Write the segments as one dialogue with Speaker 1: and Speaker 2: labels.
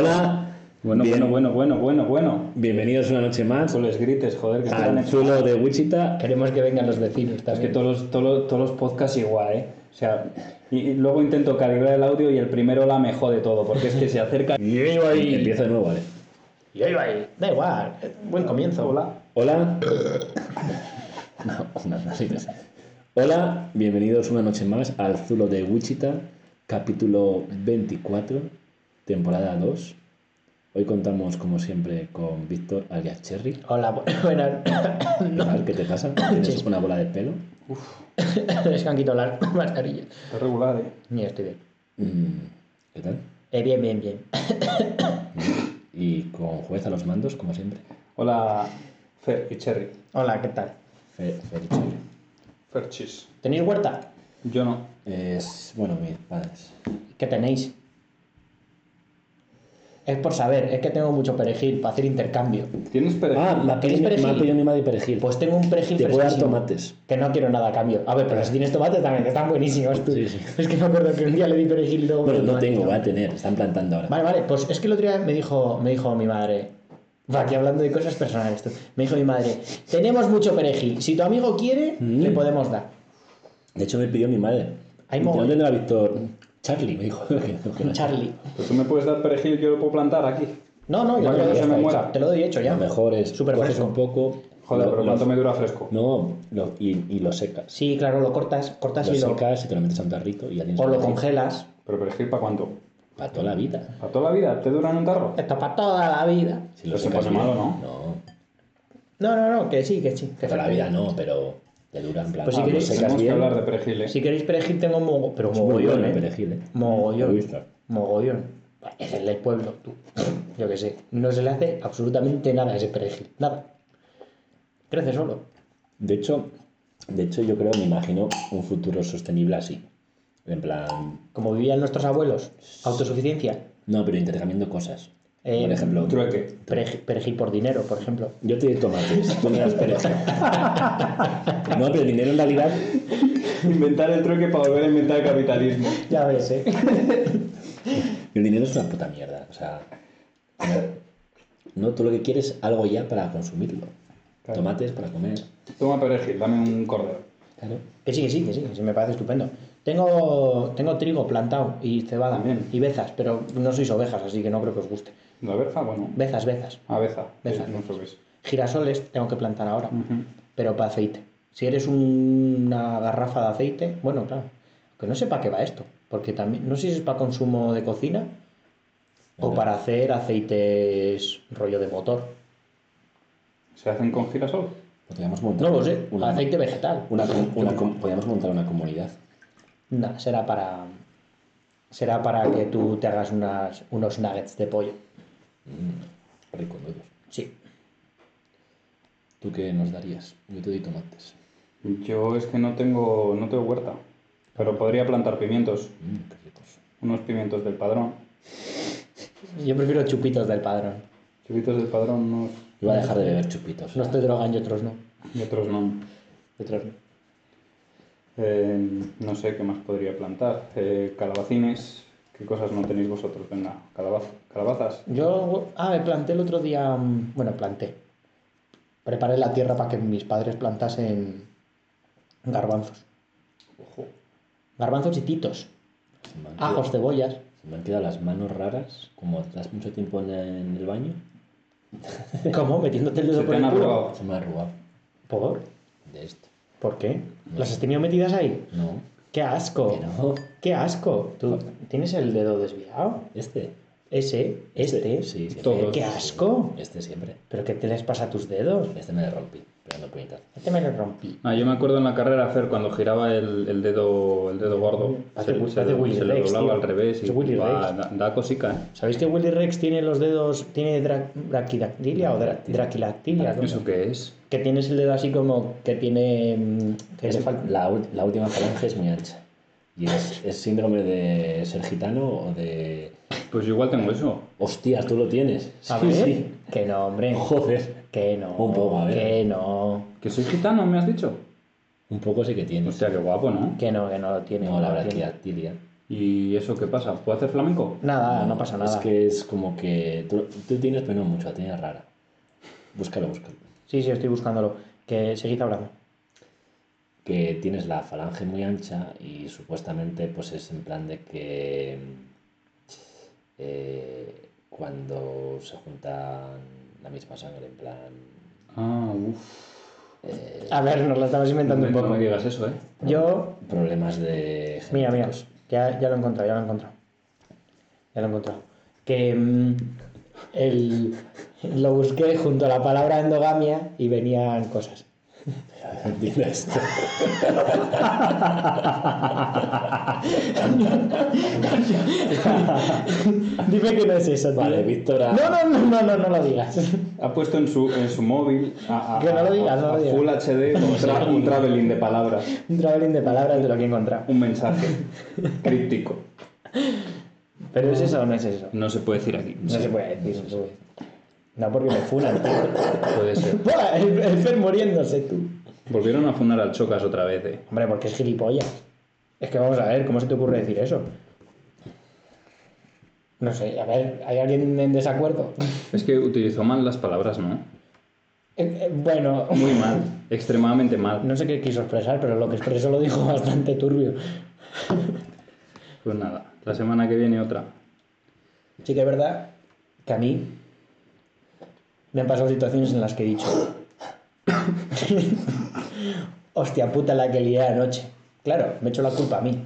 Speaker 1: Hola.
Speaker 2: Bueno,
Speaker 1: Bien.
Speaker 2: bueno, bueno, bueno, bueno, bueno.
Speaker 3: Bienvenidos una noche más
Speaker 2: Con los grites, joder, que están
Speaker 3: al
Speaker 2: hechos.
Speaker 3: chulo de Wichita.
Speaker 4: Queremos que vengan los vecinos
Speaker 2: Es que
Speaker 4: también.
Speaker 2: todos los, todos, los- todos los podcasts igual, ¿eh? O sea, y, y luego intento calibrar el audio y el primero la me jode todo, porque es que se acerca.
Speaker 4: Y ahí va ahí.
Speaker 3: Empieza de nuevo, vale.
Speaker 4: Y ahí va ahí. Da igual. eh, Buen comienzo.
Speaker 2: Hola.
Speaker 3: Hola. No, unas nasitas. Hola, bienvenidos una noche más al Zulo de Wichita, capítulo 24, temporada 2. Hoy contamos, como siempre, con Víctor alias Cherry.
Speaker 4: Hola, bu- buenas.
Speaker 3: ¿Qué tal? ¿Qué te pasa? ¿Tienes una bola de pelo?
Speaker 4: es que han quitado las mascarillas.
Speaker 2: Es regular, ¿eh?
Speaker 4: Mira, estoy bien.
Speaker 3: Mm, ¿Qué tal?
Speaker 4: Eh, bien, bien, bien.
Speaker 3: Y con juez a los mandos, como siempre.
Speaker 2: Hola, Fer y Cherry.
Speaker 4: Hola, ¿qué tal?
Speaker 3: Fe- Fer Cherry.
Speaker 2: Ferchis.
Speaker 4: ¿Tenéis huerta?
Speaker 2: Yo no.
Speaker 3: Es, bueno, mis padres.
Speaker 4: ¿Qué tenéis? Es por saber, es que tengo mucho perejil para hacer intercambio.
Speaker 2: ¿Tienes perejil?
Speaker 3: Ah, me ha
Speaker 4: ¿Queréis
Speaker 3: pedido, me ha
Speaker 4: perejil?
Speaker 3: pedido mi madre perejil.
Speaker 4: Pues tengo un perejil
Speaker 3: Te puedo dar
Speaker 4: fresquísimo.
Speaker 3: tomates.
Speaker 4: Que no quiero nada a cambio. A ver, pero si tienes tomates también, que están buenísimos tú.
Speaker 3: Sí, sí.
Speaker 4: Es que me acuerdo que un día le di perejil y luego...
Speaker 3: Bueno, no
Speaker 4: tomate.
Speaker 3: tengo, va a tener, están plantando ahora.
Speaker 4: Vale, vale, pues es que el otro día me dijo, me dijo mi madre. Va, aquí hablando de cosas personales. tú. Me dijo mi madre: Tenemos mucho perejil. Si tu amigo quiere,
Speaker 3: Mm.
Speaker 4: le podemos dar.
Speaker 3: De hecho, me pidió mi madre.
Speaker 4: Hay
Speaker 3: ¿De
Speaker 4: mogollón.
Speaker 3: dónde era Víctor? Charlie, me dijo. que- que no.
Speaker 4: Charlie.
Speaker 2: Pues tú me puedes dar perejil, yo lo puedo plantar aquí.
Speaker 4: No, no, yo
Speaker 2: Vale,
Speaker 4: te lo,
Speaker 2: que
Speaker 4: doy
Speaker 2: se me
Speaker 4: hecho,
Speaker 2: muera.
Speaker 4: te lo doy hecho ya.
Speaker 3: Lo mejor es
Speaker 4: Súper
Speaker 3: coges
Speaker 4: fresco.
Speaker 3: un poco.
Speaker 2: Joder,
Speaker 3: lo-
Speaker 2: pero
Speaker 3: lo-
Speaker 2: ¿cuánto me dura fresco?
Speaker 3: No, lo- y, y lo secas.
Speaker 4: Sí, claro, lo cortas, cortas
Speaker 3: Lo
Speaker 4: y lo.
Speaker 3: secas y te lo metes a un tarrito y ya tienes
Speaker 4: O lo
Speaker 3: perejil.
Speaker 4: congelas.
Speaker 2: ¿Pero perejil para cuánto?
Speaker 3: Para toda la vida.
Speaker 2: ¿Para toda la vida? ¿Te dura en un tarro?
Speaker 4: Esto para toda la vida.
Speaker 3: Si lo
Speaker 2: Pero se
Speaker 3: secas
Speaker 2: pone
Speaker 3: bien.
Speaker 2: malo, ¿no?
Speaker 3: No,
Speaker 4: No, no, no, que sí, que sí. Que
Speaker 3: toda la
Speaker 4: sí.
Speaker 3: vida no, pero te dura en plan.
Speaker 4: Pues si
Speaker 3: ah,
Speaker 2: pues
Speaker 4: queréis-
Speaker 3: lo secas
Speaker 2: tenemos
Speaker 3: bien.
Speaker 2: que hablar de perejil, ¿eh?
Speaker 4: Si queréis perejil, tengo mogo... pero
Speaker 3: Es muy
Speaker 4: mogollón.
Speaker 3: bueno el
Speaker 4: ¿eh?
Speaker 3: perejil, ¿eh? Lo he
Speaker 4: Mogollón.
Speaker 3: visto.
Speaker 4: Mogollón. Es el del pueblo, tú. Yo qué sé. No se le hace absolutamente nada a ese perejil. Nada. Crece solo.
Speaker 3: De hecho, de hecho, yo creo, me imagino un futuro sostenible así. En plan,
Speaker 4: Como vivían nuestros abuelos. Autosuficiencia.
Speaker 3: No, pero intercambiando cosas.
Speaker 4: Eh,
Speaker 3: por ejemplo,
Speaker 2: Trueque.
Speaker 4: Perejil, perejil por dinero, por ejemplo.
Speaker 3: yo te doy tomates, tú me das perejil. No, pero el dinero en realidad.
Speaker 2: Inventar el trueque para volver a inventar el capitalismo.
Speaker 4: Ya ves, ¿eh?
Speaker 3: El dinero es una puta mierda. O sea. No, tú lo que quieres algo ya para consumirlo.
Speaker 2: Claro.
Speaker 3: Tomates para comer.
Speaker 2: Toma perejil, dame un cordero.
Speaker 3: Claro.
Speaker 4: Que sí, que sí, que sí. que sí, me parece estupendo. Tengo, tengo trigo plantado y cebada.
Speaker 2: También.
Speaker 4: Y bezas, pero no sois ovejas, así que no creo que os guste.
Speaker 2: ¿La berza? Bueno.
Speaker 4: Bezas, bezas.
Speaker 2: Abeza.
Speaker 4: Beza.
Speaker 2: Sí, No sé qué es.
Speaker 4: Girasoles tengo que plantar ahora. pero para aceite. Si eres un- una garrafa de aceite, bueno, claro, que no sé para qué va esto, porque también, no sé si es para consumo de cocina o
Speaker 3: Ajá.
Speaker 4: para hacer aceites rollo de motor.
Speaker 2: ¿Se hacen con girasol?
Speaker 3: Podríamos montar.
Speaker 4: No lo sé,
Speaker 3: Una,
Speaker 4: aceite vegetal.
Speaker 3: una com- una com- podríamos montar una comunidad.
Speaker 4: Nah, será para será para que tú te hagas unas, unos nuggets de pollo.
Speaker 3: Rico, ¿no?
Speaker 4: Sí.
Speaker 3: ¿Tú qué nos darías? Yo te doy tomates.
Speaker 2: Yo es que no tengo, no tengo huerta. Pero podría plantar pimientos.
Speaker 3: Mm, qué ricos.
Speaker 2: Unos pimientos del padrón.
Speaker 4: Yo prefiero chupitos del padrón.
Speaker 2: Chupitos del padrón unos
Speaker 3: Yo voy a dejar de beber chupitos.
Speaker 4: Unos te drogan y otros no.
Speaker 2: y otros no.
Speaker 4: Y otros no.
Speaker 2: Eh, no sé qué más podría plantar. Eh, calabacines. ¿Qué cosas no tenéis vosotros? Venga, calabaz- calabazas.
Speaker 4: Yo, ah, me planté el otro día, mm, bueno, planté. Preparé la tierra para que mis padres plantasen garbanzos.
Speaker 2: Ojo.
Speaker 4: Garbanzos y titos,
Speaker 3: Se me han quedado-
Speaker 4: ajos, cebollas.
Speaker 3: Se me han quedado las manos raras, como estás mucho tiempo en en el baño,
Speaker 4: ¿Cómo? Metiéndote el
Speaker 2: Se
Speaker 4: dedo
Speaker 2: te
Speaker 4: por
Speaker 2: han
Speaker 4: el culo.
Speaker 2: arrugado.
Speaker 3: se me ha arrugado
Speaker 4: ¿Por?
Speaker 3: de esto.
Speaker 4: ¿Por qué? ¿Las has tenido metidas ahí?
Speaker 3: No,
Speaker 4: ¡Qué asco!
Speaker 3: pero
Speaker 4: ¡Qué asco! ¿Tú tienes el dedo desviado?
Speaker 3: este.
Speaker 4: Ese, este.
Speaker 3: Sí, siempre.
Speaker 2: Todos.
Speaker 4: ¡Qué asco!
Speaker 3: Este siempre.
Speaker 4: ¿Pero qué te les pasa a tus dedos?
Speaker 3: Este me lo rompí, pero no puñetazo.
Speaker 4: Este me lo rompí.
Speaker 2: Ah, yo me acuerdo en la carrera, Fer, cuando giraba el, el dedo el dedo gordo.
Speaker 4: Hace Wi- hace
Speaker 2: lo-
Speaker 4: Willy
Speaker 2: se lo
Speaker 4: Rex,
Speaker 2: doblaba
Speaker 4: tío.
Speaker 2: al revés. Y,
Speaker 4: Es Willy
Speaker 2: Buah,
Speaker 4: Rex.
Speaker 2: Da, da cosica, ¿eh?
Speaker 4: ¿Sabéis que Willy Rex tiene los dedos, tiene dra- braquidactilia o dra- draquilactilia? ¿no?
Speaker 2: ¿Eso qué es?
Speaker 4: Que tienes el dedo así como que tiene. mm, Que
Speaker 3: Es-
Speaker 4: le falta.
Speaker 3: la, ul- la última falange es muy ancha. Y es, es síndrome de ser gitano o de.
Speaker 2: Pues yo igual tengo eso.
Speaker 3: Hostias, tú lo tienes.
Speaker 4: A
Speaker 3: Sí,
Speaker 4: ver.
Speaker 3: sí.
Speaker 4: Que no, hombre.
Speaker 3: Joder.
Speaker 4: Que no.
Speaker 3: Un poco, a ver.
Speaker 4: Que no.
Speaker 2: ¿Que soy gitano, me has dicho?
Speaker 3: Un poco sí que
Speaker 2: O
Speaker 3: tienes.
Speaker 2: sea, qué guapo, ¿no?
Speaker 4: Que no, que no lo tiene.
Speaker 3: No, la
Speaker 4: no lo tiene.
Speaker 3: braquidactilia.
Speaker 2: ¿Y eso qué pasa? ¿Puedo hacer flamenco?
Speaker 4: Nada, no, pasa nada.
Speaker 3: Es que es como que tú, tú tienes, pero no mucho, la tienes rara. Búscalo, búscalo.
Speaker 4: Sí, sí, estoy buscándolo. Que seguid hablando.
Speaker 3: Que tienes la falange muy ancha y supuestamente pues es en plan de que eh, cuando se juntan la misma sangre, en plan...
Speaker 2: Ah, uff.
Speaker 4: A ver, nos la estamos inventando un
Speaker 2: No
Speaker 4: poco.
Speaker 2: me digas eso, ¿eh?
Speaker 4: Yo,
Speaker 3: Problemas de...
Speaker 4: mira, mira,
Speaker 3: genéticos.
Speaker 4: ya, ya lo he encontrado, ya lo he encontrado. Ya lo he encontrado. Que mm, el, lo busqué junto a la palabra endogamia y venían cosas.
Speaker 3: Dile esto.
Speaker 4: Dime que no es eso, tío.
Speaker 3: Vale, Víctora.
Speaker 4: No, no, no, no, no, no lo digas.
Speaker 2: Ha puesto en su, en su móvil a, a-
Speaker 4: Que no lo
Speaker 2: a-
Speaker 4: digas, no
Speaker 2: a
Speaker 4: lo digas.
Speaker 2: Full HD un, tra- un traveling de palabras,
Speaker 4: Un traveling de palabras de lo que he encontrado.
Speaker 2: un mensaje críptico.
Speaker 4: Pero es eso o no es eso.
Speaker 2: No se puede decir aquí.
Speaker 4: No se puede decir. no se puede. No, porque me funan, tío.
Speaker 2: Puede ser.
Speaker 4: Buah, El, el Fer muriéndose, tú.
Speaker 2: Volvieron a funar al Chocas otra vez, ¿eh?
Speaker 4: Hombre, porque es gilipollas. Es que vamos a ver, ¿cómo se te ocurre decir eso? No sé, a ver, ¿hay alguien en desacuerdo?
Speaker 2: Es que utilizó mal las palabras, ¿no?
Speaker 4: Eh, eh, bueno,
Speaker 2: Muy mal, extremadamente mal.
Speaker 4: no sé qué quiso expresar, pero lo que expresó lo dijo bastante turbio.
Speaker 2: Pues nada, la semana que viene otra.
Speaker 4: Sí que es verdad que a mí me han pasado situaciones en las que he dicho... Hostia puta la que lié anoche. Claro, me he hecho la culpa a mí.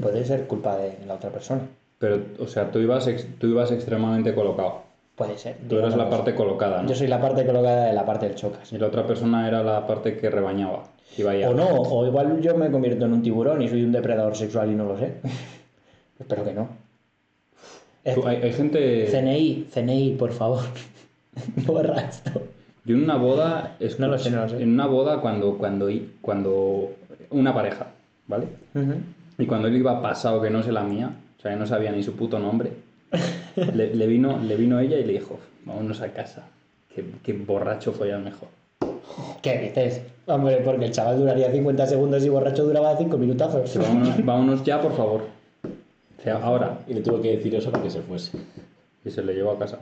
Speaker 4: Puede ser culpa de la otra persona.
Speaker 2: Pero, o sea, tú ibas, ex- tú ibas extremadamente colocado.
Speaker 4: Puede ser.
Speaker 2: Tú eras la parte colocada, ¿no?
Speaker 4: Yo soy la parte colocada de la parte del chocas.
Speaker 2: Y la otra persona era la parte que rebañaba. Iba ya.
Speaker 4: O no, o igual yo me convierto en un tiburón y soy un depredador sexual y no lo sé. Espero que no. Eh,
Speaker 2: Tú- Hay, hay gente...
Speaker 4: CNI, CNI, por favor. No borra esto.
Speaker 2: Yo en una boda...
Speaker 4: No lo sé, no lo sé.
Speaker 2: En una boda cuando, cuando, i- cuando... Una pareja, ¿vale? Y cuando él iba pasado que no se la mía, o sea, que no sabía ni su puto nombre, le, le vino, le vino ella y le dijo, vámonos a casa, que, que borracho follar mejor.
Speaker 4: ¿Qué dices? Hombre, porque el chaval duraría 50 segundos y borracho duraba 5 minutazos.
Speaker 2: Que vámonos, vámonos ya, por favor. O sea, ahora.
Speaker 3: Y le tuvo que decir eso para que se fuese.
Speaker 2: Y se le llevó a casa.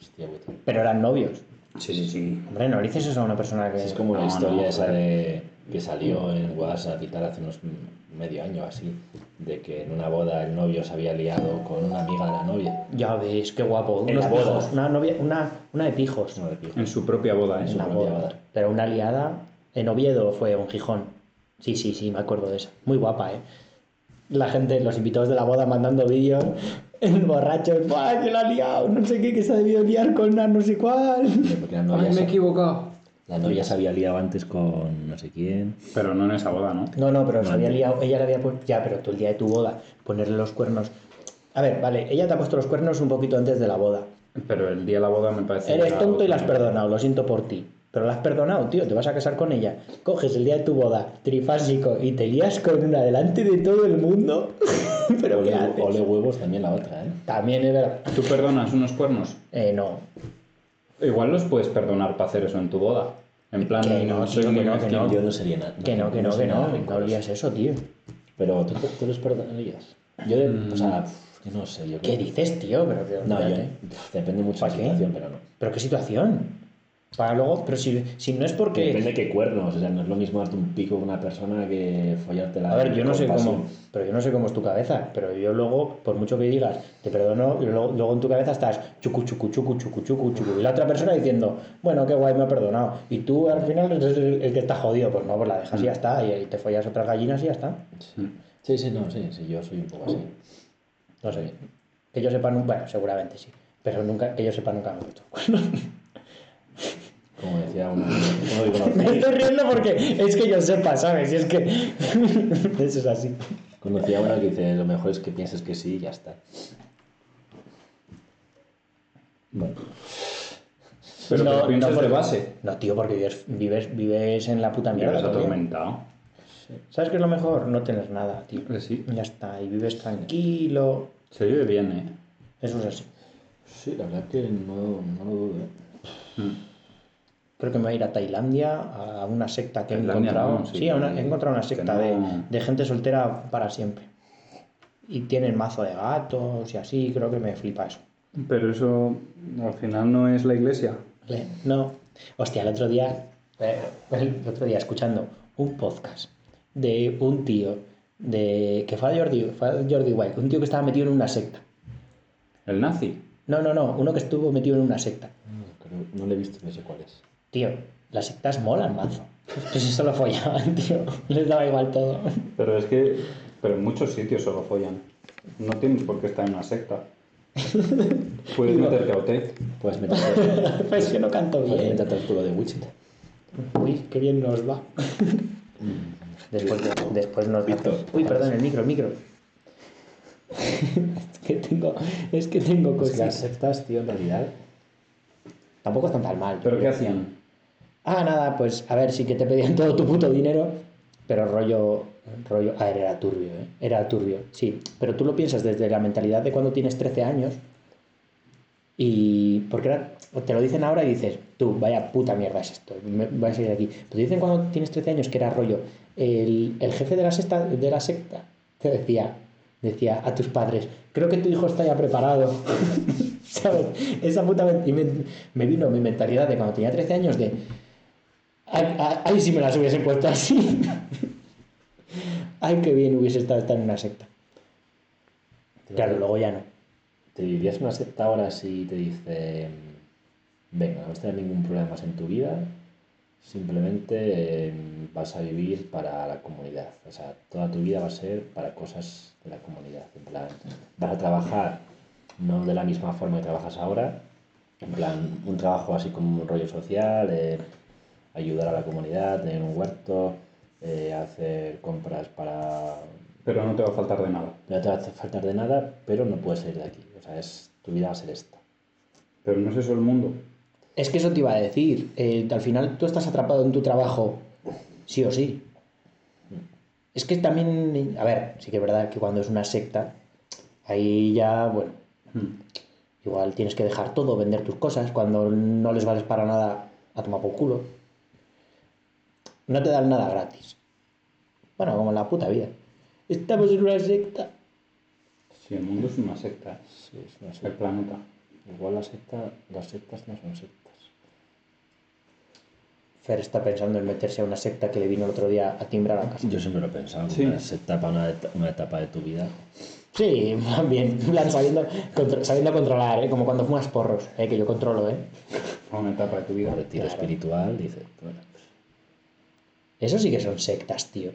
Speaker 3: Hostia puta.
Speaker 4: Pero eran novios.
Speaker 2: Sí, sí, sí.
Speaker 4: Hombre, no le dices eso a una persona que.
Speaker 3: Es como
Speaker 2: No,
Speaker 3: la historia
Speaker 2: no,
Speaker 3: esa de que salió en WhatsApp y tal hace unos m- medio año así, de que en una boda el novio se había liado con una amiga de la novia.
Speaker 4: Ya ves, qué guapo.
Speaker 3: En
Speaker 4: Unos
Speaker 3: la boda.
Speaker 4: pijos, Una, novia, una, una de pijos.
Speaker 3: No de pijo.
Speaker 2: En su propia boda,
Speaker 4: En
Speaker 2: ¿eh?
Speaker 4: la
Speaker 3: propia
Speaker 4: boda.
Speaker 3: boda.
Speaker 4: Pero una aliada en Oviedo fue un Gijón. Sí, sí, sí, me acuerdo de esa. Muy guapa, ¿eh? La gente, los invitados de la boda mandando vídeos, borrachos, ¡buah, que la ha liado! No sé qué, que se ha debido liar con una no sé cuál.
Speaker 3: Porque la novia, se,
Speaker 2: equivocado.
Speaker 3: la novia se había liado antes con no sé quién.
Speaker 2: Pero no en esa boda, ¿no?
Speaker 4: No, no, pero se había liado, ella le había puesto, ya, pero tú el día de tu boda, ponerle los cuernos. A ver, vale, ella te ha puesto los cuernos un poquito antes de la boda.
Speaker 2: Pero el día de la boda me parece...
Speaker 4: Eres
Speaker 2: era
Speaker 4: tonto y
Speaker 2: otro
Speaker 4: la has
Speaker 2: nivel.
Speaker 4: perdonado, lo siento por ti. Pero la has perdonado, tío, te vas a casar con ella. Coges el día de tu boda, trifásico, y te lías con una delante de todo el mundo. Pero ¿qué
Speaker 3: Ole,
Speaker 4: haces?
Speaker 3: ole huevos también la otra, ¿eh?
Speaker 4: También es verdad.
Speaker 2: ¿Tú perdonas unos cuernos?
Speaker 4: Eh, no.
Speaker 2: Igual los puedes perdonar para hacer eso en tu boda. En plan,
Speaker 4: Que no,
Speaker 2: soy
Speaker 4: tío,
Speaker 2: muy
Speaker 4: que no, que
Speaker 2: mezquino.
Speaker 4: no.
Speaker 3: Yo no sería nada.
Speaker 4: Que no, que no, que
Speaker 3: sería
Speaker 4: no.
Speaker 3: nada
Speaker 4: No
Speaker 3: rencoroso.
Speaker 4: lías eso, tío.
Speaker 3: Pero tú, tú los perdonarías. Yo, de- o
Speaker 4: Mm.
Speaker 3: sea, pf, yo no sé. Yo
Speaker 4: ¿Qué
Speaker 3: creo-
Speaker 4: dices, tío? Pero que-
Speaker 3: No, yo,
Speaker 4: espérate.
Speaker 3: pf, depende mucho de la
Speaker 4: ¿Para qué?
Speaker 3: situación, pero no.
Speaker 4: Pero qué situación. Para luego, pero si, si no
Speaker 3: Depende
Speaker 4: es porque.
Speaker 3: de qué cuernos, o sea, no es lo mismo darte un pico a una persona que follártela.
Speaker 4: A ver, yo no
Speaker 3: con
Speaker 4: sé
Speaker 3: pasión.
Speaker 4: cómo. Pero yo no sé cómo es tu cabeza. Pero yo luego, por mucho que digas, te perdono, y luego, luego en tu cabeza estás chucu, chucu, chucu, chucu, chucu, chucu. Y la otra persona diciendo, bueno, qué guay, me ha perdonado. Y tú al final eres el, el que está jodido. Pues no, pues la dejas y ya está. Y, y te follas otras gallinas y ya está.
Speaker 3: Sí, sí, no, sí, sí, yo soy un poco así.
Speaker 4: No sé. Que yo sepa nunca. Bueno, seguramente sí. Pero nunca, que yo sepa nunca me he puesto.
Speaker 3: Como decía uno, uno de
Speaker 4: Me
Speaker 3: conocí,
Speaker 4: estoy riendo porque es que yo sepa, ¿sabes? Y es que eso es así.
Speaker 3: conocí a uno que dice, lo mejor es que pienses que sí y ya está. Bueno,
Speaker 2: Pero que
Speaker 4: No,
Speaker 2: lo piensas
Speaker 4: no, porque-
Speaker 2: de base.
Speaker 4: No, tío, porque vives, vives, vives en la puta
Speaker 2: Ya
Speaker 4: mierda.
Speaker 2: eres
Speaker 4: todo el día.
Speaker 2: atormentado.
Speaker 4: ¿Sabes qué es lo mejor? No tener nada, tío.
Speaker 2: Eh, Sí,
Speaker 4: Ya está, y vives tranquilo.
Speaker 2: se vive bien, ¿eh?
Speaker 4: Eso es así.
Speaker 3: sí, la verdad que no, no lo dudo. ¿eh?
Speaker 4: Creo que me voy a ir a Tailandia, a una secta que he
Speaker 2: Tailandia,
Speaker 4: encontrado.
Speaker 2: no, sí,
Speaker 4: sí, a una-
Speaker 2: que-
Speaker 4: he encontrado una
Speaker 2: que
Speaker 4: secta
Speaker 2: no-
Speaker 4: de, de gente soltera para siempre. y tienen mazo de gatos y así, creo que me flipa eso.
Speaker 2: Pero eso al final no es la iglesia.
Speaker 4: Le- No, hostia, el otro día, eh, el otro día escuchando un podcast de un tío de que fue a Jordi, fue a Jordi White, un tío que estaba metido en una secta.
Speaker 2: El nazi.
Speaker 4: No, no, no, uno que estuvo metido en una secta.
Speaker 3: Creo- No le he visto, no sé cuál es.
Speaker 4: Tío, las sectas molan mazo. Pues eso lo follaban, tío. Les daba igual todo.
Speaker 2: Pero es que pero en muchos sitios solo follan. No tienes por qué estar en una secta. Puedes meterte a OT.
Speaker 3: Puedes meterte,
Speaker 4: Es que Pues no canto
Speaker 3: puedes
Speaker 4: bien.
Speaker 3: meterte al culo de Wichita.
Speaker 4: Uy, qué bien nos va. Después, de- después nos va.
Speaker 3: Víctor.
Speaker 4: Uy, perdón, el micro, el micro. Es que tengo, es que tengo
Speaker 3: Pues las
Speaker 4: cosas.
Speaker 3: sectas, tío, en realidad.
Speaker 4: Tampoco están tan mal. yo
Speaker 2: ¿Pero qué
Speaker 4: creo.
Speaker 2: hacían?
Speaker 4: Ah, nada, pues a ver, sí que te pedían todo tu puto dinero, pero rollo, rollo, a ver, era turbio, ¿eh? Era turbio, sí, pero tú lo piensas desde la mentalidad de cuando tienes 13 años y porque era- te lo dicen ahora y dices, tú, vaya puta mierda es esto, me, vas a ir de aquí. Pero te dicen cuando tienes 13 años que era rollo, el, el jefe de la, secta, de la secta te decía, decía a tus padres, creo que tu hijo está ya preparado. ¿Sabes? Esa puta... men- Y me, me vino mi mentalidad de cuando tenía 13 años de... Ay, ay, ay, si me las hubiesen puesto así. Ay, qué bien hubiese estado estar en una secta. Claro, luego ya no.
Speaker 3: Te dirías una secta ahora si te dice, venga, no vas a tener ningún problema más en tu vida, simplemente eh, vas a vivir para la comunidad. O sea, toda tu vida va a ser para cosas de la comunidad. En plan, vas a trabajar no de la misma forma que trabajas ahora, en plan, un trabajo así como un rollo social, eh, ayudar a la comunidad, tener un huerto, eh, hacer compras para
Speaker 2: Pero no te va a faltar de nada.
Speaker 3: no te va a faltar de nada, pero no puedes salir de aquí. O sea, es, tu vida va a ser esta.
Speaker 2: Pero no es eso el mundo.
Speaker 4: Es que eso te iba a decir. eh, al final tú estás atrapado en tu trabajo, sí o sí. Es que también, a ver, sí que es verdad que cuando es una secta, ahí ya, bueno, igual tienes que dejar todo, vender tus cosas, cuando no les vales para nada, a tomar por culo. No te dan nada gratis. Bueno, como en la puta vida. Estamos en una secta.
Speaker 2: Si el mundo es una secta, es
Speaker 3: Sí, es una
Speaker 2: el
Speaker 3: secta.
Speaker 2: planeta.
Speaker 3: Igual la secta, las sectas no son sectas.
Speaker 4: Fer está pensando en meterse a una secta que le vino el otro día a timbrar a casa.
Speaker 3: Yo siempre lo he pensado,
Speaker 2: Sí.
Speaker 3: una secta para una, et- una etapa de tu vida.
Speaker 4: Sí, también, en plan, sabiendo, contro- sabiendo controlar, ¿eh? como cuando fumas porros, ¿eh? que yo controlo, ¿eh?
Speaker 2: A una etapa de tu
Speaker 3: Un
Speaker 2: vida.
Speaker 3: retiro
Speaker 4: Claro.
Speaker 3: espiritual, dices, bueno, pues,
Speaker 4: Eso sí que son sectas, tío.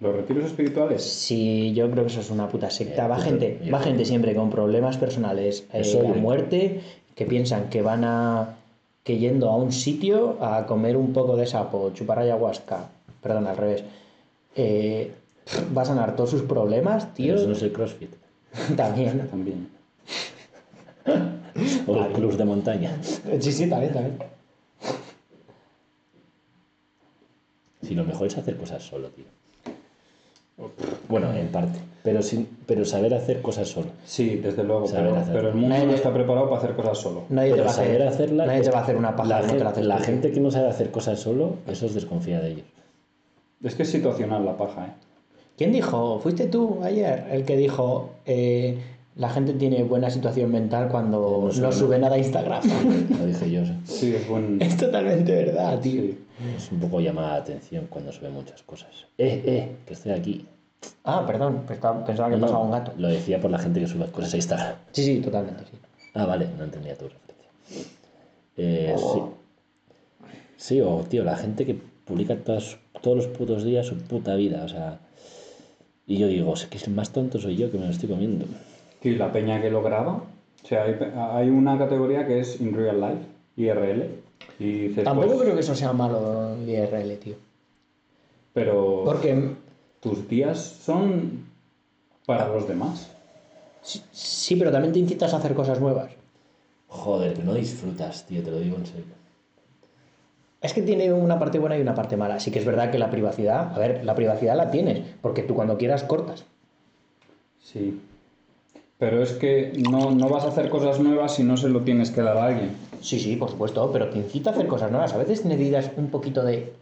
Speaker 2: Los retiros espirituales.
Speaker 4: Sí, yo creo que eso es una puta secta.
Speaker 3: Eh,
Speaker 4: Va
Speaker 3: yo
Speaker 4: gente,
Speaker 3: creo- yo
Speaker 4: va
Speaker 3: creo.
Speaker 4: gente siempre con problemas personales, eh,
Speaker 3: Eso
Speaker 4: a
Speaker 3: yo-
Speaker 4: muerte, que piensan que van a que yendo a un sitio a comer un poco de sapo, chupar ayahuasca, perdón, al revés, eh, va a sanar todos sus problemas, tío.
Speaker 3: pero eso no es el crossfit.
Speaker 4: También.
Speaker 2: También.
Speaker 3: O el club de montaña.
Speaker 4: Sí, sí, también, también.
Speaker 3: Si lo mejor es hacer cosas solo, tío. Bueno, en parte. Pero, sin, pero saber hacer cosas solo.
Speaker 2: Sí, desde luego.
Speaker 3: Saber
Speaker 2: Pero,
Speaker 3: hacer.
Speaker 2: pero el mundo no
Speaker 4: Nadie-
Speaker 2: está preparado para hacer cosas solo.
Speaker 4: Nadie te
Speaker 3: pero
Speaker 4: va a hacer,
Speaker 3: saber hacerla.
Speaker 4: nadie te va a hacer una paja.
Speaker 3: La,
Speaker 4: como te
Speaker 3: gen-
Speaker 4: la haces
Speaker 3: la
Speaker 4: tú.
Speaker 3: gente que no sabe hacer cosas solo, esos desconfía de ellos.
Speaker 2: Es que es situacional la paja, ¿eh?
Speaker 4: ¿Quién dijo? ¿Fuiste tú ayer el que dijo eh, la gente tiene buena situación mental cuando
Speaker 3: No sube
Speaker 4: no
Speaker 3: nada"?
Speaker 4: sube nada a Instagram?
Speaker 3: Lo dije yo. sí.
Speaker 2: Sí, es buen.
Speaker 4: es totalmente verdad, tío.
Speaker 2: Sí.
Speaker 3: Es un poco llamada la atención cuando sube muchas cosas. Eh, eh, que estoy aquí.
Speaker 4: Ah, perdón, pensaba, pensaba que
Speaker 3: No,
Speaker 4: pasaba un gato.
Speaker 3: Lo decía por la gente que sube cosas a Instagram.
Speaker 4: Sí, sí, totalmente, sí.
Speaker 3: Ah, vale, no entendía tu referencia. Eh, Sí. Sí, o tío, la gente que publica todas- todos los putos días su puta vida, o sea. Y yo digo, es que el más tonto soy yo que me lo estoy comiendo.
Speaker 2: Y la peña que lo graba. O sea, hay, pe- hay una categoría que es in real life, IRL. Y dices,
Speaker 4: Tampoco
Speaker 2: pues,
Speaker 4: creo que eso sea malo el IRL, tío.
Speaker 2: Pero
Speaker 4: Porque
Speaker 2: tus días son para los demás.
Speaker 4: sí, sí, pero también te incitas a hacer cosas nuevas.
Speaker 3: Joder, que no disfrutas, tío, te lo digo en serio.
Speaker 4: Es que tiene una parte buena y una parte mala. Sí que es verdad que la privacidad, a ver, la privacidad la tienes, porque tú cuando quieras cortas.
Speaker 2: Sí. Pero es que no, no vas a hacer cosas nuevas si no se lo tienes que dar a alguien.
Speaker 4: Sí, sí, por supuesto, pero te incita a hacer cosas nuevas. A veces necesitas un poquito de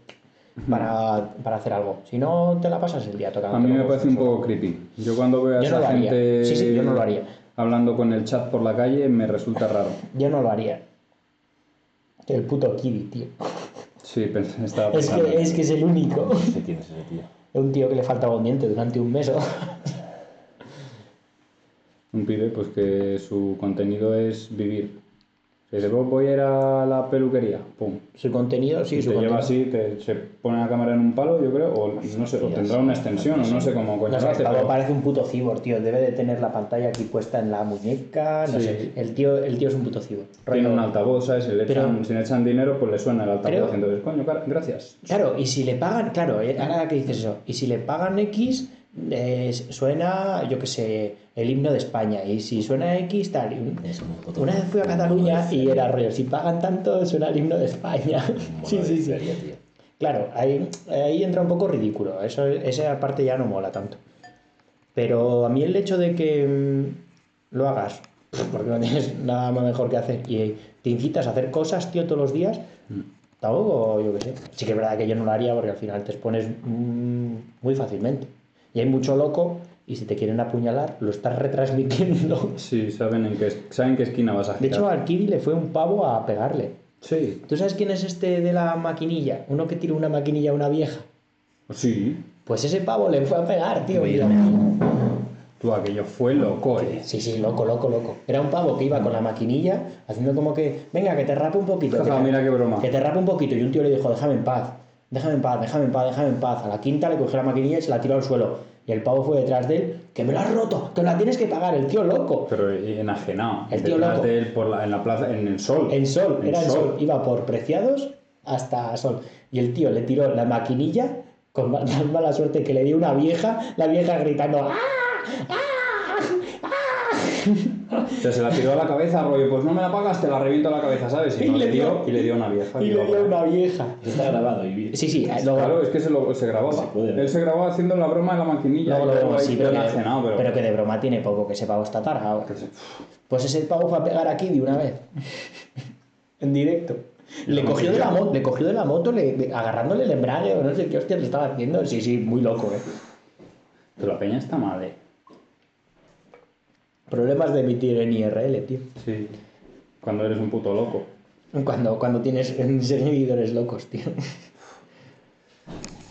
Speaker 4: para, para hacer algo. Si no, te la pasas el día tocando.
Speaker 2: A mí me parece un poco creepy. Yo cuando veo a
Speaker 4: Yo no
Speaker 2: esa
Speaker 4: lo haría.
Speaker 2: gente
Speaker 4: Sí, sí, yo no lo haría.
Speaker 2: hablando con el chat por la calle, me resulta raro.
Speaker 4: Yo no lo haría. El puto Kiri, tío.
Speaker 2: Sí, pensé, estaba
Speaker 4: Es
Speaker 2: pensando.
Speaker 4: que, es que es el único.
Speaker 3: No sé quién es ese tío.
Speaker 4: Es un tío que le faltaba un diente durante un mes.
Speaker 2: Un pibe, pues que su contenido es vivir. Si dice, "Vos voy a ir a la peluquería, pum.
Speaker 4: Su contenido, sí,
Speaker 2: Y
Speaker 4: su
Speaker 2: te
Speaker 4: contenido.
Speaker 2: lleva así, te- se pone la cámara en un palo, yo creo, o no sé, o
Speaker 3: Hostias,
Speaker 2: tendrá una extensión, o pues, no sé cómo coño
Speaker 4: No sé,
Speaker 2: lo hace,
Speaker 4: Pablo
Speaker 2: pero-
Speaker 4: parece un puto cibor, tío. Debe de tener la pantalla aquí puesta en la muñeca. No
Speaker 2: Sí.
Speaker 4: sé. El tío, el tío es un puto cibor.
Speaker 2: Tiene
Speaker 4: Rollo-
Speaker 2: un altavoz, ¿sabes? Si le,
Speaker 4: Pero-
Speaker 2: echan, si le echan dinero, pues le suena el altavoz.
Speaker 4: Creo-
Speaker 2: Entonces, coño, cara, gracias.
Speaker 4: Claro, y si le pagan, claro, eh, ahora que dices eso, y si le pagan X, eh, suena, yo qué sé, el himno de España, y si suena X, tal. y-
Speaker 3: Es un puto-
Speaker 4: Una vez fui a Cataluña y era rollo, si pagan tanto, suena el himno de España.
Speaker 3: Mola
Speaker 4: Sí,
Speaker 3: de
Speaker 4: sí, sí.
Speaker 3: feria, tío.
Speaker 4: Claro, ahí, ahí entra un poco ridículo. Eso, esa parte ya no mola tanto. Pero a mí el hecho de que mm, lo hagas, porque no tienes nada más mejor que hacer, y te incitas a hacer cosas, tío, todos los días, tampoco, yo qué sé. Sí que es verdad que yo no lo haría porque al final te expones mm, muy fácilmente. Y hay mucho loco, y si te quieren apuñalar, lo estás retransmitiendo.
Speaker 2: Sí, saben en qué, saben qué esquina vas a
Speaker 4: De
Speaker 2: girar.
Speaker 4: hecho, al Kiri le fue un pavo a pegarle.
Speaker 2: Sí.
Speaker 4: ¿Tú sabes quién es este de la maquinilla? Uno que tira una maquinilla a una vieja.
Speaker 2: Sí.
Speaker 4: Pues ese pavo le fue a pegar, tío.
Speaker 3: Voy a
Speaker 4: y lo-
Speaker 3: irme
Speaker 2: Tú, aquello fue loco, eh.
Speaker 4: Sí, sí, loco, loco, loco. Era un pavo que iba con la maquinilla haciendo como que, venga, que te rape un poquito.
Speaker 2: Jaja,
Speaker 4: que, te-
Speaker 2: Ah, mira qué broma.
Speaker 4: Que te rape un poquito. Y un tío le dijo, déjame en paz, déjame en paz, déjame en paz, déjame en paz. A la quinta le cogió la maquinilla y se la tiró al suelo. Y el pavo fue detrás de él, que me lo has roto, que me la tienes que pagar, el tío loco.
Speaker 2: Pero enajenado.
Speaker 4: El tío
Speaker 2: Detrás
Speaker 4: loco.
Speaker 2: de él por la- en la plaza, en el sol.
Speaker 4: En sol,
Speaker 2: En
Speaker 4: era en sol. Iba por preciados hasta sol. Y el tío le tiró la maquinilla con ma- tan mala suerte que le dio una vieja, la vieja gritando ¡Ah!
Speaker 2: O sea, se la tiró a la cabeza, rollo, pues no me la pagas, te la reviento a la cabeza, ¿sabes? Y, no, le dio, y le dio una vieja.
Speaker 4: Y le dio una vieja.
Speaker 3: Está grabado y vi-
Speaker 4: Sí, sí, eh, luego,
Speaker 2: Claro, es que se, lo, se grababa.
Speaker 3: Se puede, ¿no?
Speaker 2: Él se grababa haciendo la broma de la maquinilla.
Speaker 4: luego
Speaker 2: y
Speaker 4: lo
Speaker 2: luego
Speaker 4: vemos,
Speaker 2: ahí
Speaker 4: sí,
Speaker 2: fue
Speaker 4: pero, que,
Speaker 2: enajenado, pero...
Speaker 4: pero que de broma tiene poco, que se pagó esta targa. Pues ese pavo fue a pegar aquí de una vez. en directo. Le cogió, de la mo- le cogió de la moto le, de- agarrándole el embrague o no sé qué hostia le estaba haciendo. Sí, sí, muy loco, eh.
Speaker 2: Pero la peña está mal, eh.
Speaker 4: Problemas de emitir en IRL, tío.
Speaker 2: Sí. Cuando eres un puto loco.
Speaker 4: Cuando, cuando tienes seguidores locos, tío.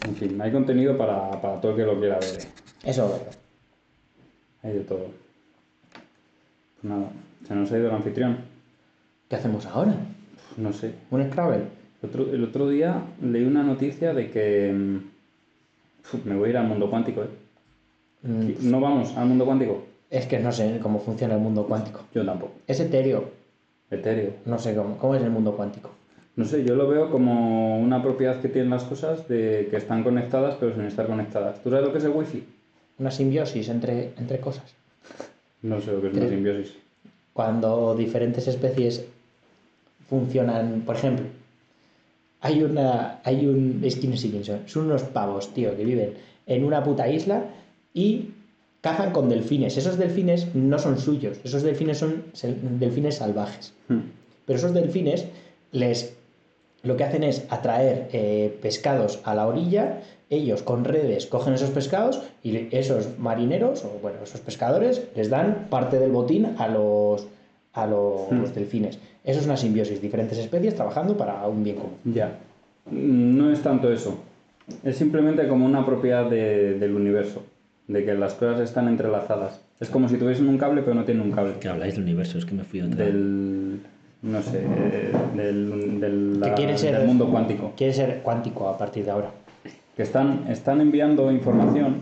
Speaker 2: En fin, hay contenido para, para todo el que lo quiera ver. eh.
Speaker 4: Eso es verdad.
Speaker 2: Hay de todo. Pues nada, se nos ha ido el anfitrión.
Speaker 4: ¿Qué hacemos ahora?
Speaker 2: Pf, No sé.
Speaker 4: ¿Un Scrabble?
Speaker 2: El otro, el otro día leí una noticia de que. mm, pf, Me voy a ir al mundo cuántico, ¿eh?
Speaker 4: Mm,
Speaker 2: ¿No vamos al mundo cuántico?
Speaker 4: Es que no sé cómo funciona el mundo cuántico.
Speaker 2: Yo tampoco.
Speaker 4: Es etéreo.
Speaker 2: Etéreo.
Speaker 4: No sé cómo. ¿Cómo es el mundo cuántico?
Speaker 2: No sé, yo lo veo como una propiedad que tienen las cosas de que están conectadas pero sin estar conectadas. ¿Tú sabes lo que es el wifi?
Speaker 4: Una simbiosis entre, entre cosas.
Speaker 2: No sé lo que es una
Speaker 4: Creo-
Speaker 2: simbiosis.
Speaker 4: Cuando diferentes especies funcionan, por ejemplo, hay una. hay un. es que no sé quién son. Son unos pavos, tío, que viven en una puta isla y cazan con delfines. Esos delfines no son suyos. Esos delfines son se- delfines salvajes.
Speaker 2: Hmm.
Speaker 4: Pero esos delfines les lo que hacen es atraer eh, pescados a la orilla. Ellos con redes cogen esos pescados y le- esos marineros, o bueno, esos pescadores, les dan parte del botín a los, a los
Speaker 2: Hmm.
Speaker 4: delfines. Eso es una simbiosis, diferentes especies trabajando para un bien común.
Speaker 2: Ya. Mm, No es tanto eso. Es simplemente como una propiedad de- del universo. De que las cosas están entrelazadas. Es como si tuviesen un cable, pero no tienen un cable.
Speaker 3: Que habláis del universo, es que me fui a otra.
Speaker 2: Del. No sé. eh, Del, del,
Speaker 4: Que
Speaker 2: la-
Speaker 4: quiere ser-
Speaker 2: del mundo cuántico.
Speaker 4: Quiere ser cuántico a partir de ahora.
Speaker 2: Que están, están enviando información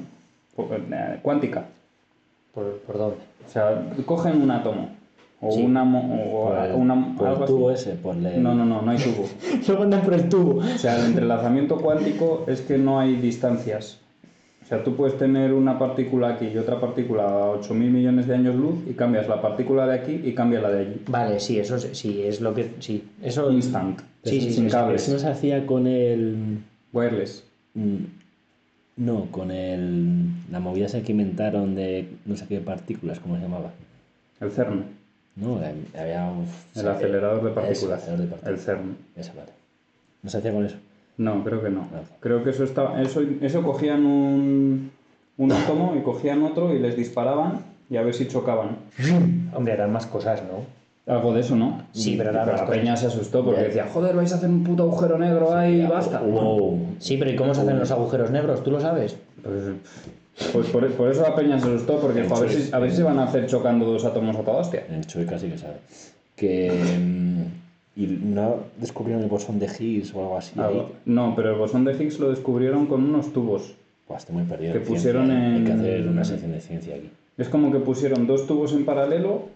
Speaker 2: eh, cuántica.
Speaker 4: ¿Por, por dónde?
Speaker 2: O sea, cogen un átomo. O
Speaker 4: Sí.
Speaker 2: una. mo- O
Speaker 3: Por el,
Speaker 2: una
Speaker 3: por el
Speaker 2: algo así.
Speaker 3: tubo ese, por el...
Speaker 2: No, no, no, no hay tubo.
Speaker 4: Lo mandan por el tubo.
Speaker 2: O sea, el entrelazamiento cuántico es que no hay distancias. O sea, tú puedes tener una partícula aquí y otra partícula a 8.000 millones de años luz y cambias la partícula de aquí y cambias la de allí.
Speaker 4: Vale, sí, eso es- sí, es lo que. Sí, eso.
Speaker 2: Instant.
Speaker 4: Sí, sí,
Speaker 2: sin
Speaker 4: sí,
Speaker 2: cables.
Speaker 3: Eso no se hacía con el...
Speaker 2: Wireless.
Speaker 3: mm, No, con el... La movida esa que inventaron de no sé qué partículas, ¿cómo se llamaba?
Speaker 2: El CERN.
Speaker 3: No, la- había... un-
Speaker 2: El acelerador de
Speaker 3: Eso,
Speaker 2: partículas.
Speaker 3: acelerador de
Speaker 2: El
Speaker 3: partículas.
Speaker 2: CERN.
Speaker 3: Esa, vale. No se hacía con eso.
Speaker 2: No, creo que no. Creo que eso estaba. Eso, eso cogían un, un átomo y cogían otro y les disparaban y a ver si chocaban.
Speaker 4: Hombre, harán más cosas, ¿no?
Speaker 2: Algo de eso, ¿no?
Speaker 4: Sí, pero
Speaker 2: la
Speaker 4: eran las
Speaker 2: peña se asustó porque
Speaker 3: Ya. Uh.
Speaker 2: decía, joder, vais a hacer un puto agujero negro ahí y basta.
Speaker 3: Oh, Wow.
Speaker 4: Sí, pero ¿y cómo se hacen los agujeros negros? ¿Tú lo sabes?
Speaker 2: Pues, pues por, por eso la peña se asustó, porque dijo, a ver, si, a
Speaker 3: eh,
Speaker 2: ver si se van a hacer chocando dos átomos a toda hostia.
Speaker 3: El Chuy casi que sabe. Que. mm, y no descubrieron el bosón de Higgs o algo así. ahí.
Speaker 2: No, pero el bosón de Higgs lo descubrieron con unos tubos.
Speaker 3: Buah, estoy muy perdido.
Speaker 2: Que
Speaker 3: en ciencia,
Speaker 2: pusieron
Speaker 3: ¿eh? Hay que
Speaker 2: en-
Speaker 3: hacer una sección de ciencia aquí.
Speaker 2: Es como que pusieron dos tubos en paralelo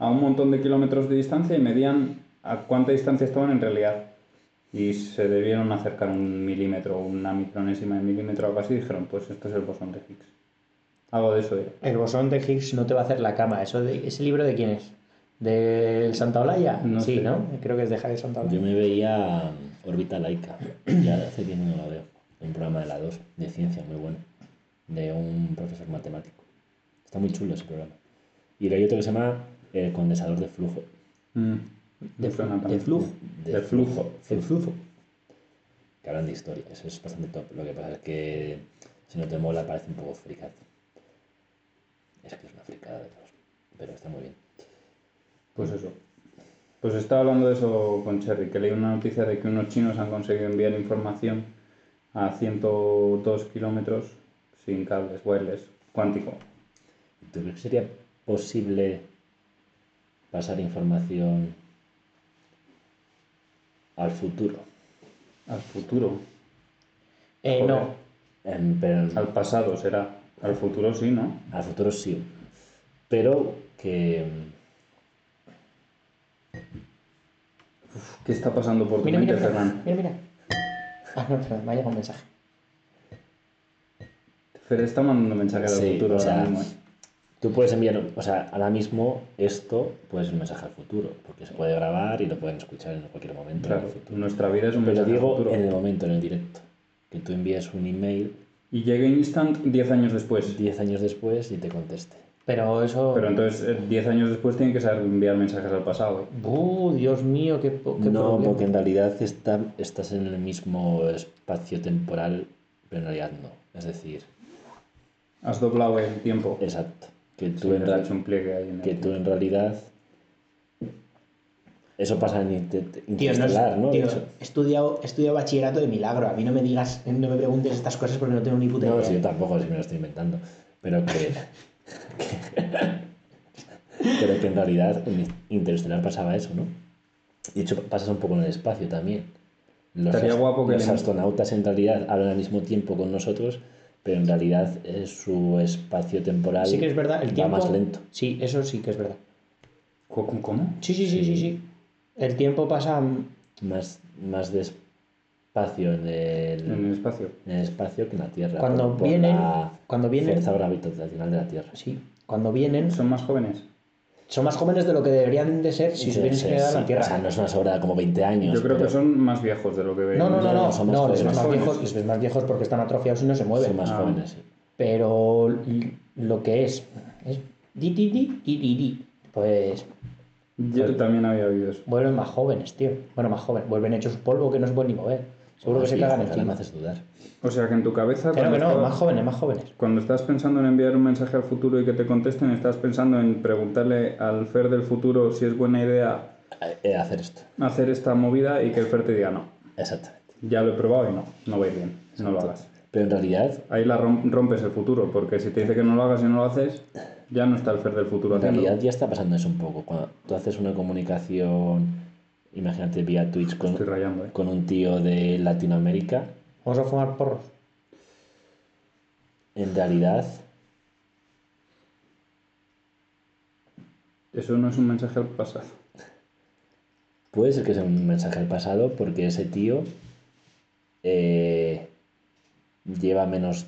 Speaker 2: a un montón de kilómetros de distancia y medían a cuánta distancia estaban en realidad. Y se debieron acercar un milímetro, una micronésima de milímetro o algo así, y dijeron, pues esto es el bosón de Higgs. Algo de eso era.
Speaker 4: El bosón de Higgs no te va a hacer la cama. ¿Eso de- ¿Ese libro de quién es? ¿Del Santa Olaya?
Speaker 2: No
Speaker 4: sí,
Speaker 2: sé.
Speaker 4: ¿no? Creo que es de Javier Santa
Speaker 3: Yo
Speaker 4: Olaya.
Speaker 3: me veía Orbita Laica. Ya hace tiempo no la veo. Un programa de la 2, de ciencia, muy bueno. De un profesor matemático. Está muy chulo ese programa. Y hay otro que se llama El condensador de flujo.
Speaker 2: Mm.
Speaker 4: De
Speaker 2: Me suena
Speaker 4: flu-
Speaker 2: también.
Speaker 4: de Ah, flujo.
Speaker 2: De, flujo.
Speaker 4: El flujo.
Speaker 3: que hablan de historia. Eso es bastante top. Lo que pasa es que si no te mola parece un poco fricado. Es que es una fricada de todos. Pero está muy bien.
Speaker 2: Pues eso. Pues estaba hablando de eso con Cherry, que leí una noticia de que unos chinos han conseguido enviar información a 102 kilómetros sin cables, wireless, cuántico.
Speaker 3: ¿Tú crees que sería posible pasar información al futuro?
Speaker 2: Al futuro.
Speaker 4: Eh,
Speaker 2: Joder.
Speaker 4: no.
Speaker 3: Em, pero
Speaker 2: Al pasado será. Al futuro sí, ¿no?
Speaker 3: al futuro sí. Pero que.
Speaker 2: ¿Qué está pasando por tu
Speaker 4: Mira,
Speaker 2: mente,
Speaker 4: mira, mira.
Speaker 2: Ferran?
Speaker 4: Mira, mira. Ah, no, espera, me ha llegado un mensaje.
Speaker 2: Fer está mandando mensajes al
Speaker 3: Sí,
Speaker 2: futuro
Speaker 3: o sea,
Speaker 2: ahora mismo. ¿eh?
Speaker 3: Tú puedes enviar, o sea, ahora mismo esto puede ser un mensaje al futuro, porque se puede grabar y lo pueden escuchar en cualquier momento. en el
Speaker 2: Claro,
Speaker 3: futuro.
Speaker 2: nuestra vida es un
Speaker 3: Pero
Speaker 2: mensaje al
Speaker 3: digo
Speaker 2: futuro.
Speaker 3: en el momento, en el directo. Que tú envíes un email
Speaker 2: Y llegue Instant 10 años después.
Speaker 3: 10 años después y te conteste.
Speaker 4: Pero eso...
Speaker 2: Pero entonces, eh, 10 años después tienen que saber enviar mensajes al pasado. ¿eh?
Speaker 4: ¡Buh! Uh, Dios mío, qué, po- qué
Speaker 3: no,
Speaker 4: problema.
Speaker 3: porque en realidad está, estás en el mismo espacio temporal, pero en realidad no. Es decir,
Speaker 2: Has doblado el tiempo.
Speaker 3: exacto. Que tú,
Speaker 2: Sí,
Speaker 3: en,
Speaker 2: has
Speaker 3: real-
Speaker 2: hecho un pliegue ahí en el-
Speaker 3: que tú en realidad. Eso pasa en Inter-
Speaker 4: Tío, no, es-
Speaker 3: Interestelar, ¿no?
Speaker 4: tío,
Speaker 3: De hecho.
Speaker 4: he estudiado, he estudiado bachillerato de milagro. A mí no me digas, no me preguntes estas cosas porque no tengo ni puta
Speaker 3: No,
Speaker 4: idea.
Speaker 3: sí, yo tampoco, si me lo estoy inventando. Pero que. que- pero que en realidad en Interestelar pasaba eso, ¿no? Y de hecho pasas un poco en el espacio también. Los,
Speaker 2: Estaría
Speaker 3: ast-
Speaker 2: guapo que
Speaker 3: los
Speaker 2: le-
Speaker 3: astronautas en realidad hablan al mismo tiempo con nosotros, pero en realidad eh, su espacio temporal
Speaker 4: Sí que es verdad, el
Speaker 3: va
Speaker 4: tiempo...
Speaker 3: más lento.
Speaker 4: Sí, eso sí que es verdad.
Speaker 2: ¿Cómo? cómo?
Speaker 4: Sí, sí, sí, sí, sí. El tiempo pasa...
Speaker 3: Más, más despacio en el,
Speaker 2: En el espacio.
Speaker 3: en el espacio que en la Tierra.
Speaker 4: Mm. Cuando vienen-
Speaker 3: la
Speaker 4: cuando vienen-
Speaker 3: fuerza gravitacional de la Tierra.
Speaker 4: Sí, cuando vienen...
Speaker 2: Son más jóvenes.
Speaker 4: Son más jóvenes de lo que deberían de ser si se hubieran
Speaker 3: Sí,
Speaker 4: quedado
Speaker 3: sí,
Speaker 4: en la Tierra.
Speaker 3: O sea, no es una sobra como 20 años.
Speaker 2: Yo creo
Speaker 3: pero-
Speaker 2: que son más viejos de lo que
Speaker 4: No, no,
Speaker 3: No,
Speaker 4: no, no,
Speaker 3: son
Speaker 4: no,
Speaker 3: más
Speaker 4: les, ves
Speaker 3: jóvenes.
Speaker 4: más
Speaker 2: Jóvenes.
Speaker 4: viejos, les ves más viejos porque están atrofiados y no se mueven.
Speaker 3: Son más
Speaker 2: Ah.
Speaker 3: jóvenes, sí.
Speaker 4: Pero l- lo que es, es di, di, di, di, di, di. pues
Speaker 2: Yo también había oído eso.
Speaker 4: vuelven más jóvenes, tío. Bueno, más jóvenes, vuelven hechos polvo que no se pueden ni mover. Seguro que se
Speaker 3: Así,
Speaker 4: cagan
Speaker 3: ojalá me
Speaker 4: encima.
Speaker 3: haces dudar.
Speaker 2: O sea que en tu cabeza.
Speaker 4: Pero
Speaker 2: cuando
Speaker 4: que no,
Speaker 2: estabas-
Speaker 4: más jóvenes, más jóvenes.
Speaker 2: Cuando estás pensando en enviar un mensaje al futuro y que te contesten, estás pensando en preguntarle al Fer del futuro si es buena idea
Speaker 3: Eh, eh, hacer esto.
Speaker 2: hacer esta movida y que el Fer te diga no.
Speaker 3: Exactamente.
Speaker 2: Ya lo he probado y no, no va a ir bien, no lo hagas.
Speaker 3: Pero en realidad,
Speaker 2: Ahí la rom- rompes el futuro, porque si te dice que no lo hagas y no lo haces, ya no está el Fer del futuro
Speaker 3: en
Speaker 2: haciéndolo.
Speaker 3: realidad ya está pasando eso un poco. Cuando tú haces una comunicación, imagínate vía Twitch con,
Speaker 2: Estoy rayando, ¿eh?
Speaker 3: con un tío de Latinoamérica,
Speaker 4: Vamos a fumar porros.
Speaker 3: en realidad
Speaker 2: Eso no es un mensaje al pasado.
Speaker 3: puede ser que sea un mensaje al pasado porque ese tío eh, lleva menos,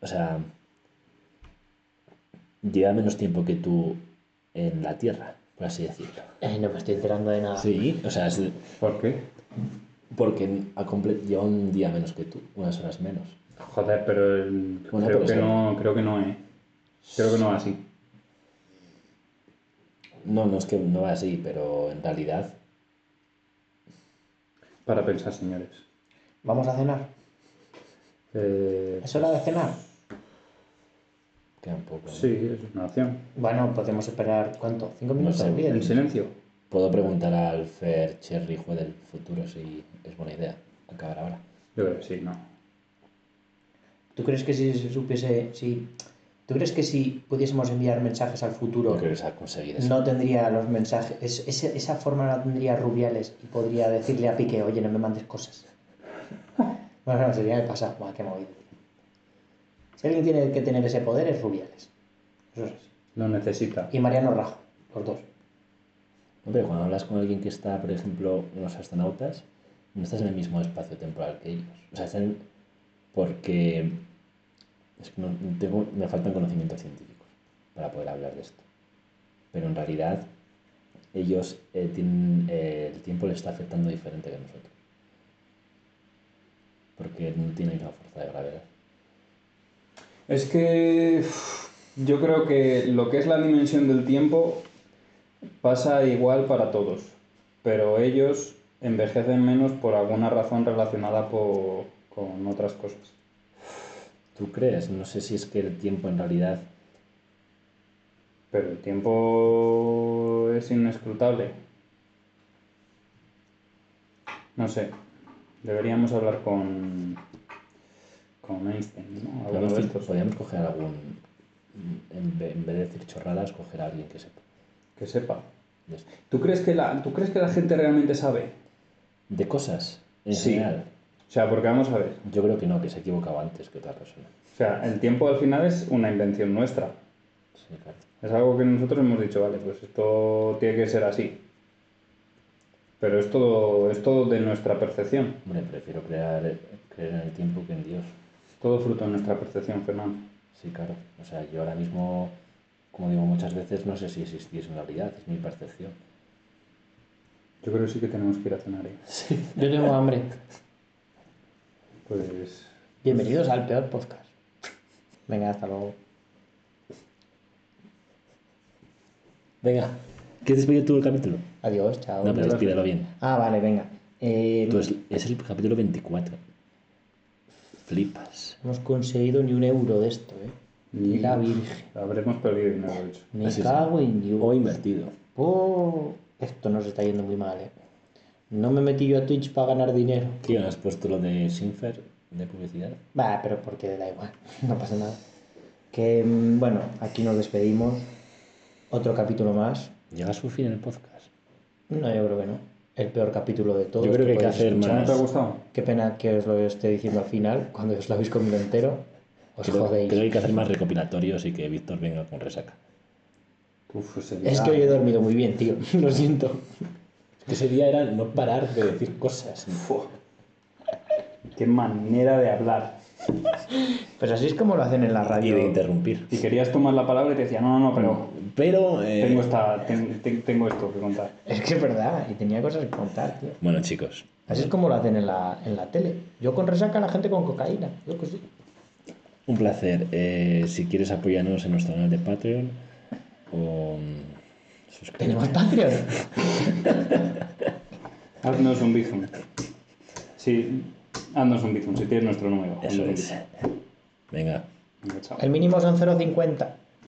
Speaker 3: o sea, lleva menos tiempo que tú en la Tierra, por así decirlo.
Speaker 4: Eh, no me estoy enterando de nada.
Speaker 3: Sí, o sea, es,
Speaker 2: ¿Por qué?
Speaker 3: Porque ha comple- lleva un día menos que tú, unas horas menos.
Speaker 2: Joder, pero el-
Speaker 3: Bueno,
Speaker 2: creo,
Speaker 3: pero
Speaker 2: que
Speaker 3: sí.
Speaker 2: no, creo que no, ¿eh? Creo que no va así.
Speaker 3: No, no es que no va así, pero en realidad
Speaker 2: Para pensar, señores.
Speaker 4: Vamos a cenar.
Speaker 2: Eh,
Speaker 4: ¿Es hora de cenar?
Speaker 3: Queda un poco. ¿eh?
Speaker 2: sí, es una opción.
Speaker 4: Bueno, podemos esperar, ¿cuánto? ¿Cinco minutos?
Speaker 3: sé,
Speaker 4: Diez.
Speaker 2: En silencio.
Speaker 3: Puedo preguntar al Fer Cherry Jue del futuro si es buena idea acabar ahora.
Speaker 2: Yo creo que sí, no.
Speaker 4: ¿Tú crees que si se supiese, si... ¿Tú crees que si pudiésemos enviar mensajes al futuro,
Speaker 3: No creo que se ha conseguido eso.
Speaker 4: no tendría los mensajes, es- ese- esa forma la tendría Rubiales y podría decirle a Piqué, oye, no me mandes cosas? Bueno, no, sería el pasado, Buah, qué movido. Si alguien tiene que tener ese poder es Rubiales. Eso es así.
Speaker 2: Lo necesita.
Speaker 4: Y Mariano Rajo, los dos.
Speaker 3: No, pero cuando hablas con alguien que está, por ejemplo, unos astronautas, no estás en el mismo espacio temporal que ellos. O sea, están. Porque. Es que no, tengo, me faltan conocimientos científicos para poder hablar de esto. Pero en realidad, ellos eh, tienen. eh, el tiempo les está afectando diferente que a nosotros. Porque no tienen la fuerza de gravedad.
Speaker 2: Es que uf, yo creo que lo que es la dimensión del tiempo pasa igual para todos, pero ellos envejecen menos por alguna razón relacionada po- con otras cosas.
Speaker 3: ¿Tú crees? No sé si es que el tiempo en realidad.
Speaker 2: Pero el tiempo es inescrutable. No sé, deberíamos hablar con, con Einstein, ¿no? Alguno de
Speaker 3: Podríamos,
Speaker 2: estos.
Speaker 3: podríamos coger algún. En ve- en vez de decir chorradas, coger a alguien que sepa.
Speaker 2: que sepa.
Speaker 3: de esto.
Speaker 2: ¿Tú crees que la, ¿tú crees que la gente realmente sabe?
Speaker 3: De cosas, en
Speaker 2: Sí.
Speaker 3: general.
Speaker 2: O sea, porque vamos a ver.
Speaker 3: Yo creo que no, que se ha equivocado antes que otra persona.
Speaker 2: O sea, el tiempo al final es una invención nuestra.
Speaker 3: Sí, claro.
Speaker 2: Es algo que nosotros hemos dicho, vale, pues esto tiene que ser así. Pero es todo, es todo de nuestra percepción.
Speaker 3: Hombre, prefiero crear, creer en el tiempo que en Dios.
Speaker 2: Es todo fruto de nuestra percepción, Fernando.
Speaker 3: Sí, claro. O sea, yo ahora mismo, como digo muchas veces, no sé si existís en realidad, es mi percepción.
Speaker 2: Yo creo que sí que tenemos que ir a cenar. ¿eh?
Speaker 4: Yo tengo hambre.
Speaker 2: Pues
Speaker 4: Bienvenidos al peor podcast. Venga, hasta luego.
Speaker 3: Venga, ¿quieres despedir tú el capítulo?
Speaker 4: Adiós, chao.
Speaker 3: No, pero despídelo bien.
Speaker 4: Ah, vale, venga. Eh,
Speaker 3: Tú es, es el capítulo 24. Flipas.
Speaker 4: No hemos conseguido ni un euro de esto, ¿eh? Ni la virgen.
Speaker 2: habremos perdido dinero, de hecho.
Speaker 4: Me
Speaker 3: Así es.
Speaker 4: cago en Dios.
Speaker 3: O invertido.
Speaker 4: Oh, esto nos está yendo muy mal, ¿eh? No me metí yo a Twitch para ganar dinero.
Speaker 3: ¿Qué? ¿No has puesto lo de Sinfer de publicidad?
Speaker 4: Va, pero porque da igual, no pasa nada. Que, mm, bueno, aquí nos despedimos. Otro capítulo más.
Speaker 3: Llega a su fin el podcast.
Speaker 4: No, yo creo que no. El peor capítulo de todos.
Speaker 3: Yo creo que hay que
Speaker 4: podéis
Speaker 3: hacer
Speaker 4: escuchar.
Speaker 2: ¿No
Speaker 3: más.
Speaker 2: te ha gustado?
Speaker 4: Qué pena que os lo esté diciendo al final, cuando os lo habéis comido entero. Os
Speaker 3: Creo,
Speaker 4: jodéis.
Speaker 3: creo que hay que hacer más recopilatorios y que Víctor venga con resaca.
Speaker 2: Uf, pues
Speaker 4: Es que hoy he dormido muy bien, tío. Lo siento.
Speaker 3: Es que ese día era no parar de decir cosas.
Speaker 2: Qué manera de hablar.
Speaker 4: Pues así es como lo hacen en la
Speaker 3: Y
Speaker 4: radio.
Speaker 3: de interrumpir.
Speaker 2: Y querías tomar la palabra y te decía, no, no, no, pero
Speaker 3: Pero. eh,
Speaker 2: tengo, esta, ten- ten- tengo esto que contar.
Speaker 4: Es que es verdad, y tenía cosas que contar, tío.
Speaker 3: Bueno, chicos.
Speaker 4: Así es como lo hacen en la, en la tele. Yo con resaca, la gente con cocaína. Yo que sí.
Speaker 3: Un placer. Eh, si quieres apoyarnos en nuestro canal de Patreon o mm,
Speaker 4: Tenemos
Speaker 3: suscríbete.
Speaker 4: Patreon.
Speaker 2: Haznos un bizum. Sí, haznos un bizum, si tienes nuestro número.
Speaker 3: Eso
Speaker 2: Haznos un
Speaker 3: es. Venga.
Speaker 2: bizum. Venga, chao.
Speaker 4: El mínimo son 0,50.